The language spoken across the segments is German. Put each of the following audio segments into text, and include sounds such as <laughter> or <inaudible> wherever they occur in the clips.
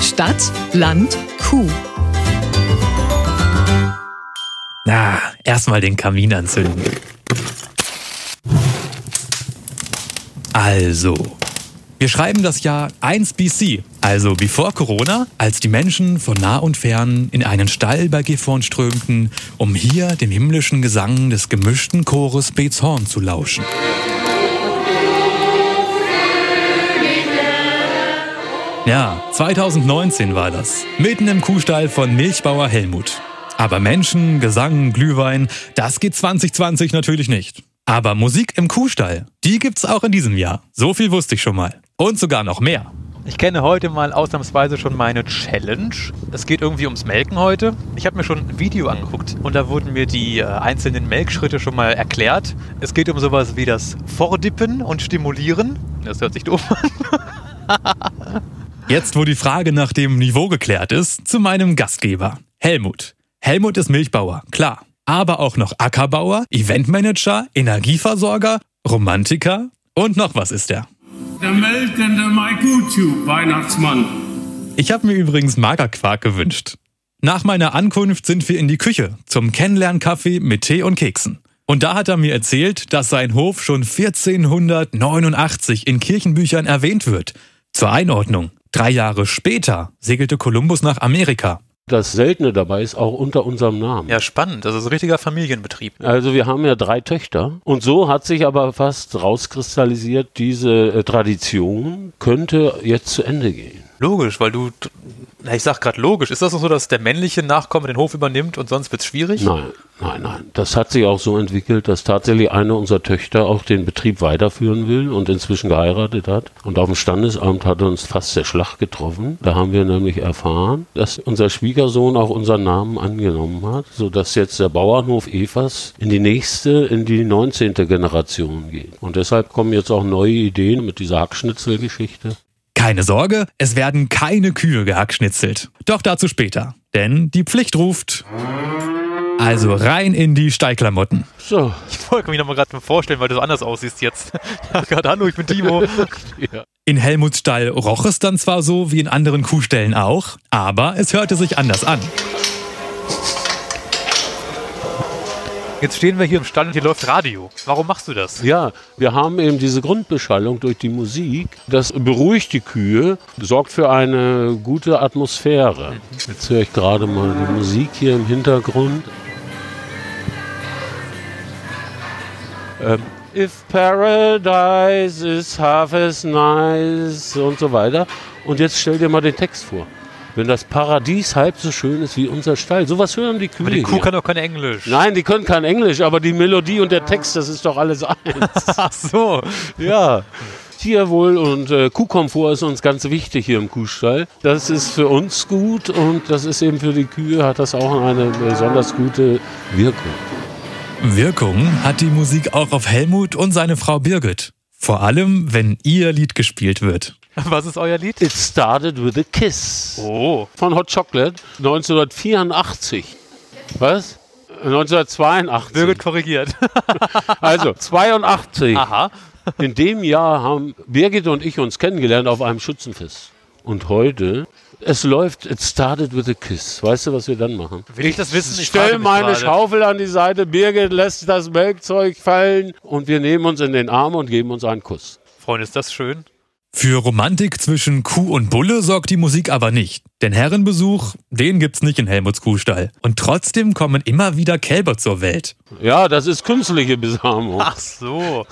Stadt, Land, Kuh. Na, erstmal den Kamin anzünden. Also, wir schreiben das Jahr 1 BC, also bevor Corona, als die Menschen von nah und fern in einen Stall bei Gifhorn strömten, um hier dem himmlischen Gesang des gemischten Chores Bezhorn zu lauschen. Ja, 2019 war das. Mitten im Kuhstall von Milchbauer Helmut. Aber Menschen, Gesang, Glühwein, das geht 2020 natürlich nicht. Aber Musik im Kuhstall, die gibt's auch in diesem Jahr. So viel wusste ich schon mal. Und sogar noch mehr. Ich kenne heute mal ausnahmsweise schon meine Challenge. Es geht irgendwie ums Melken heute. Ich habe mir schon ein Video angeguckt und da wurden mir die äh, einzelnen Melkschritte schon mal erklärt. Es geht um sowas wie das Vordippen und Stimulieren. Das hört sich doof an. Jetzt, wo die Frage nach dem Niveau geklärt ist, zu meinem Gastgeber, Helmut. Helmut ist Milchbauer, klar. Aber auch noch Ackerbauer, Eventmanager, Energieversorger, Romantiker und noch was ist er. Der melkende MyGoodTube-Weihnachtsmann. Ich habe mir übrigens Magerquark gewünscht. Nach meiner Ankunft sind wir in die Küche zum Kennenlernkaffee mit Tee und Keksen. Und da hat er mir erzählt, dass sein Hof schon 1489 in Kirchenbüchern erwähnt wird. Zur Einordnung. Drei Jahre später segelte Kolumbus nach Amerika. Das Seltene dabei ist auch unter unserem Namen. Ja, spannend. Das ist ein richtiger Familienbetrieb. Also wir haben ja drei Töchter. Und so hat sich aber fast rauskristallisiert, diese äh, Tradition könnte jetzt zu Ende gehen. Logisch, weil du. Na, ich sag gerade logisch. Ist das noch so, dass der männliche Nachkomme den Hof übernimmt und sonst wird's schwierig? Nein, nein, nein. Das hat sich auch so entwickelt, dass tatsächlich eine unserer Töchter auch den Betrieb weiterführen will und inzwischen geheiratet hat. Und auf dem Standesamt hat uns fast der Schlag getroffen. Da haben wir nämlich erfahren, dass unser Schwiegersohn auch unseren Namen angenommen hat, sodass jetzt der Bauernhof Evers in die nächste, in die 19. Generation geht. Und deshalb kommen jetzt auch neue Ideen mit dieser Hackschnitzelgeschichte. Keine Sorge, es werden keine Kühe gehackschnitzelt. Doch dazu später, denn die Pflicht ruft. Also rein in die Steigklamotten. So. Ich wollte mich nochmal gerade vorstellen, weil du so anders aussiehst jetzt. <laughs> Ja, gerade hallo, ich bin <laughs> Timo. ja. In Helmuts Stall roch es dann zwar so wie in anderen Kuhställen auch, aber es hörte sich anders an. Jetzt stehen wir hier im Stall und hier läuft Radio. Warum machst du das? Ja, wir haben eben diese Grundbeschallung durch die Musik. Das beruhigt die Kühe, sorgt für eine gute Atmosphäre. Jetzt höre ich gerade mal die Musik hier im Hintergrund. Ähm, If Paradise is half as nice und so weiter. Und jetzt stell dir mal den Text vor wenn das Paradies halb so schön ist wie unser Stall. Sowas hören die Kühe. Aber die Kuh hier. kann doch kein Englisch. Nein, die können kein Englisch, aber die Melodie und der Text, das ist doch alles <laughs> eins. Ach so. Ja. Tierwohl und äh, Kuhkomfort ist uns ganz wichtig hier im Kuhstall. Das ist für uns gut und das ist eben für die Kühe, hat das auch eine besonders gute Wirkung. Wirkung hat die Musik auch auf Helmut und seine Frau Birgit. Vor allem, wenn ihr Lied gespielt wird. Was ist euer Lied? It Started with a Kiss. Oh. Von Hot Chocolate 1984. Was? 1982. Birgit korrigiert. <laughs> also 82. Aha. In dem Jahr haben Birgit und ich uns kennengelernt auf einem Schützenfest. Und heute, es läuft, it started with a kiss. Weißt du, was wir dann machen? Will ich das wissen? Ich stell meine gerade. Schaufel an die Seite, Birgit lässt das Melkzeug fallen und wir nehmen uns in den Arm und geben uns einen Kuss. Freunde, ist das schön? Für Romantik zwischen Kuh und Bulle sorgt die Musik aber nicht. Denn Herrenbesuch, den gibt's nicht in Helmuts Kuhstall. Und trotzdem kommen immer wieder Kälber zur Welt. Ja, das ist künstliche Besamung. Ach so.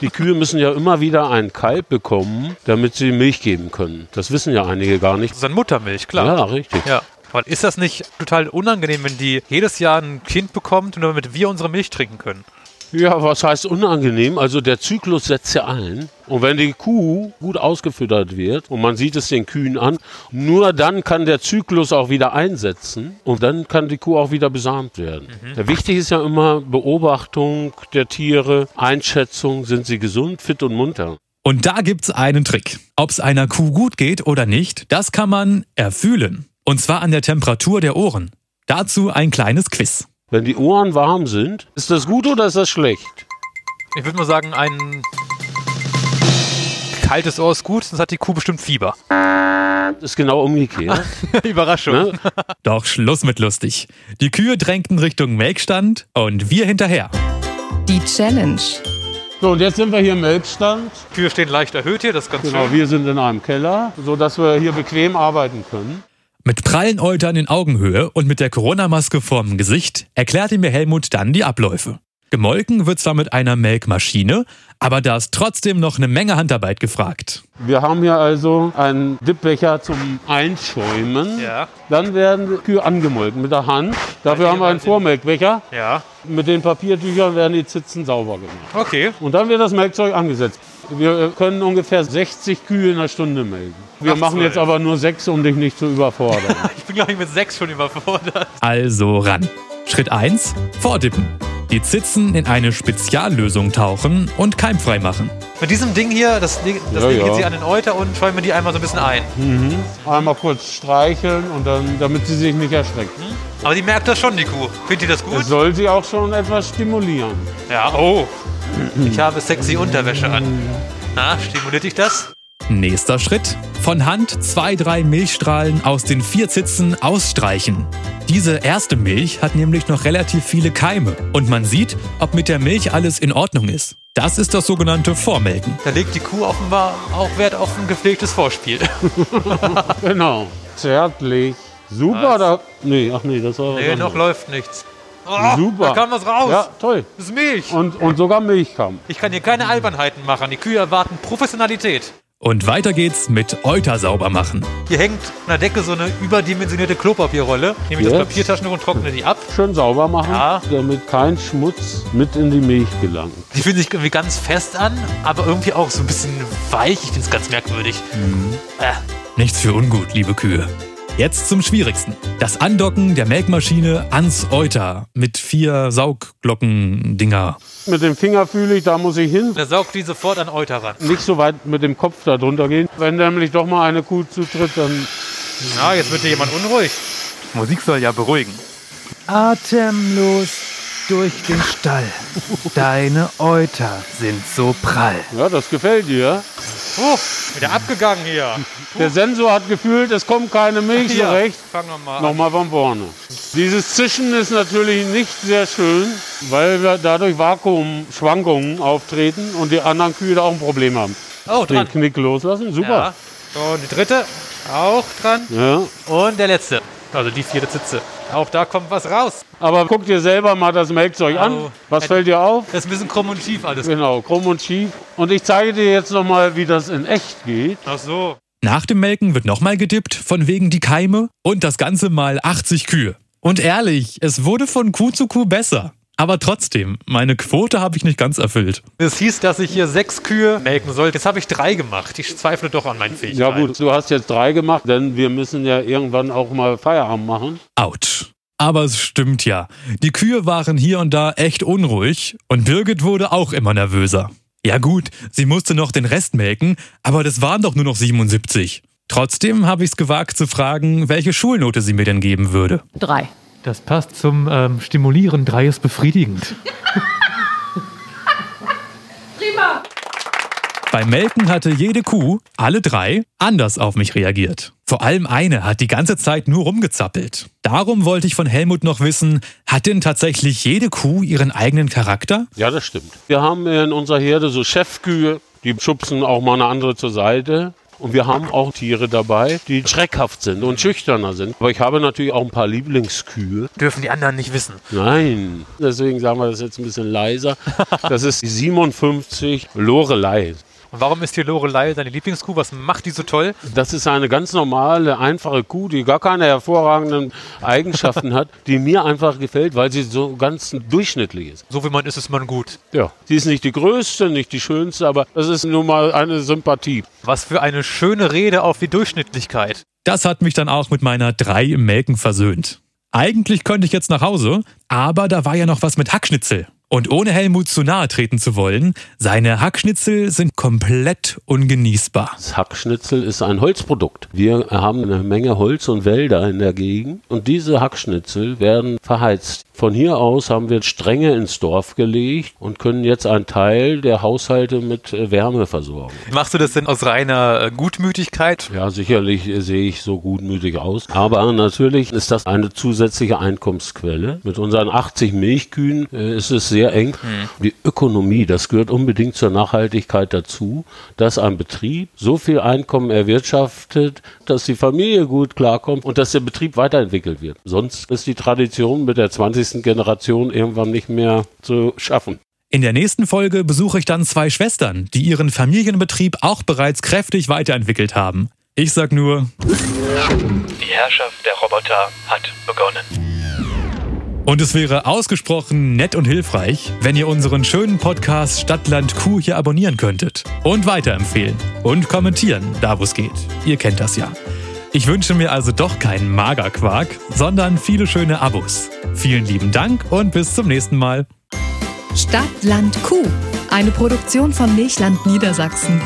die Kühe müssen ja immer wieder ein Kalb bekommen, damit sie Milch geben können. Das wissen ja einige gar nicht. Das ist dann Muttermilch, klar. Ja, richtig. Ja. Aber ist das nicht total unangenehm, wenn die jedes Jahr ein Kind bekommt und damit wir unsere Milch trinken können? Ja, was heißt unangenehm? Also der Zyklus setzt ja ein. Und wenn die Kuh gut ausgefüttert wird und man sieht es den Kühen an, nur dann kann der Zyklus auch wieder einsetzen und dann kann die Kuh auch wieder besamt werden. Mhm. Wichtig ist ja immer Beobachtung der Tiere, Einschätzung, sind sie gesund, fit und munter. Und da gibt's einen Trick. Ob's einer Kuh gut geht oder nicht, das kann man erfühlen. Und zwar an der Temperatur der Ohren. Dazu ein kleines Quiz. Wenn die Ohren warm sind, ist das gut oder ist das schlecht? Ich würde mal sagen, ein kaltes Ohr ist gut, sonst hat die Kuh bestimmt Fieber. ist genau umgekehrt. <laughs> Überraschung. ne? Doch Schluss mit lustig. Die Kühe drängten Richtung Melkstand und wir hinterher. Die Challenge. So, und jetzt sind wir hier im Melkstand. Kühe stehen leicht erhöht hier, das ist ganz Genau, schön. wir sind in einem Keller, sodass wir hier bequem arbeiten können. Mit prallen Eutern in Augenhöhe und mit der Corona-Maske vorm Gesicht erklärte mir Helmut dann die Abläufe. Gemolken wird zwar mit einer Melkmaschine, aber da ist trotzdem noch eine Menge Handarbeit gefragt. Wir haben hier also einen Dippbecher zum Einschäumen. Ja. Dann werden die Kühe angemolken mit der Hand. Dafür haben wir einen Vormelkbecher. Ja, Mit den Papiertüchern werden die Zitzen sauber gemacht. okay. Und dann wird das Melkzeug angesetzt. Wir äh, können ungefähr 60 Kühe in der Stunde melken. Wir Ach, machen jetzt zwölf. aber nur sechs, um dich nicht zu überfordern. <laughs> Ich bin, glaube ich, mit sechs schon überfordert. Also ran. Schritt 1: Vordippen. Die Zitzen in eine Speziallösung tauchen und keimfrei machen. Mit diesem Ding hier, das, leg- das Ja, lege ich jetzt ja. hier an den Euter und schäume mir die einmal so ein bisschen ein. Einmal kurz streicheln und dann, damit sie sich nicht erschrecken. Aber die merkt das schon, die Kuh. Findet die das Es gut? soll sie auch schon etwas stimulieren. Ja, oh. Ich habe sexy Unterwäsche an. Na, stimuliert dich das? Nächster Schritt: Von Hand zwei, drei Milchstrahlen aus den vier Zitzen ausstreichen. Diese erste Milch hat nämlich noch relativ viele Keime und man sieht, ob mit der Milch alles in Ordnung ist. Das ist das sogenannte Vormelken. Da legt die Kuh offenbar auch Wert auf ein gepflegtes <laughs> Vorspiel. Genau. Zärtlich. Super. Da, nee, ach nee, das war was Nee, noch anderes. läuft nichts. Oh, Super. Da kam was raus. Ja, toll. Das ist Milch. Und, und sogar Milchkamm. Ich kann hier keine Albernheiten machen. Die Kühe erwarten Professionalität. Und weiter geht's mit Euter sauber machen. Hier hängt an der Decke so eine überdimensionierte Klopapierrolle. Nehme ich das Yes. Papiertaschentuch und trockne die ab. Schön sauber machen, Ja. damit kein Schmutz mit in die Milch gelangt. Die fühlen sich irgendwie ganz fest an, aber irgendwie auch so ein bisschen weich. Ich finde es ganz merkwürdig. Äh, Nichts für ungut, liebe Kühe. Jetzt zum Schwierigsten. Das Andocken der Melkmaschine ans Euter mit vier Saugglocken-Dinger. Mit dem Finger fühle ich, da muss ich hin. da saugt die sofort an Euter ran. Nicht so weit mit dem Kopf da drunter gehen. Wenn nämlich doch mal eine Kuh zutritt, dann Na, jetzt wird hier jemand unruhig. Musik soll ja beruhigen. Atemlos durch den Stall. Deine Euter sind so prall. Ja, das gefällt dir. Oh, wieder abgegangen hier. Der Sensor hat gefühlt, es kommt keine Milch Hier, zurecht. Fangen wir mal an. Nochmal von vorne. Dieses Zischen ist natürlich nicht sehr schön, weil wir dadurch Vakuumschwankungen auftreten und die anderen Kühe da auch ein Problem haben. Oh, Den dran. Knick loslassen, Ja. super. Und die dritte, auch dran. Ja. Und der letzte, also die vierte Zitze. Auch da kommt was raus. Aber guck dir selber mal das Melkzeug Oh. an. Was fällt dir auf? Das ist ein bisschen krumm und schief alles. Genau, krumm und schief. Und ich zeige dir jetzt nochmal, wie das in echt geht. Ach so. Nach dem Melken wird nochmal gedippt, von wegen die Keime. Und das Ganze mal 80 Kühe. Und ehrlich, es wurde von Kuh zu Kuh besser. Aber trotzdem, meine Quote habe ich nicht ganz erfüllt. Es hieß, dass ich hier sechs Kühe melken sollte. Jetzt habe ich drei gemacht. Ich zweifle doch an meinen Ja Fähigkeiten. gut, du hast jetzt drei gemacht, denn wir müssen ja irgendwann auch mal Feierabend machen. Autsch. Aber es stimmt ja. Die Kühe waren hier und da echt unruhig und Birgit wurde auch immer nervöser. Ja gut, sie musste noch den Rest melken, aber das waren doch nur noch 77. Trotzdem habe ich es gewagt zu fragen, welche Schulnote sie mir denn geben würde. Drei. Das passt zum ähm, Stimulieren. Drei ist befriedigend. Beim Melken hatte jede Kuh, alle drei, anders auf mich reagiert. Vor allem eine hat die ganze Zeit nur rumgezappelt. Darum wollte ich von Helmut noch wissen, hat denn tatsächlich jede Kuh ihren eigenen Charakter? Ja, das stimmt. Wir haben in unserer Herde so Chefkühe, die schubsen auch mal eine andere zur Seite. Und wir haben auch Tiere dabei, die schreckhaft sind und schüchterner sind. Aber ich habe natürlich auch ein paar Lieblingskühe. Dürfen die anderen nicht wissen. Nein, deswegen sagen wir das jetzt ein bisschen leiser. Das ist die 57 Lorelei. Und warum ist hier Lorelei seine Lieblingskuh? Was macht die so toll? Das ist eine ganz normale, einfache Kuh, die gar keine hervorragenden Eigenschaften hat, die mir einfach gefällt, weil sie so ganz durchschnittlich ist. So wie man ist, ist man gut. Ja, sie ist nicht die größte, nicht die schönste, aber das ist nun mal eine Sympathie. Was für eine schöne Rede auf die Durchschnittlichkeit. Das hat mich dann auch mit meiner 3 im Melken versöhnt. Eigentlich könnte ich jetzt nach Hause, aber da war ja noch was mit Hackschnitzel. Und ohne Helmut zu nahe treten zu wollen, seine Hackschnitzel sind komplett ungenießbar. Das Hackschnitzel ist ein Holzprodukt. Wir haben eine Menge Holz und Wälder in der Gegend und diese Hackschnitzel werden verheizt. Von hier aus haben wir Stränge ins Dorf gelegt und können jetzt einen Teil der Haushalte mit äh, Wärme versorgen. Machst du das denn aus reiner äh, Gutmütigkeit? Ja, sicherlich äh, sehe ich so gutmütig aus. Aber natürlich ist das eine zusätzliche Einkommensquelle. Mit unseren 80 Milchkühen äh, ist es sehr eng. Die Ökonomie, das gehört unbedingt zur Nachhaltigkeit dazu, dass ein Betrieb so viel Einkommen erwirtschaftet, dass die Familie gut klarkommt und dass der Betrieb weiterentwickelt wird. Sonst ist die Tradition mit der 20. Generation irgendwann nicht mehr zu schaffen. In der nächsten Folge besuche ich dann zwei Schwestern, die ihren Familienbetrieb auch bereits kräftig weiterentwickelt haben. Ich sag nur, Die Herrschaft der Roboter hat begonnen. Und es wäre ausgesprochen nett und hilfreich, wenn ihr unseren schönen Podcast Stadtland Kuh hier abonnieren könntet. Und weiterempfehlen. Und kommentieren, da wo es geht. Ihr kennt das ja. Ich wünsche mir also doch keinen Magerquark, sondern viele schöne Abos. Vielen lieben Dank und bis zum nächsten Mal. Stadt, Land, Kuh. Eine Produktion von Milchland Niedersachsen.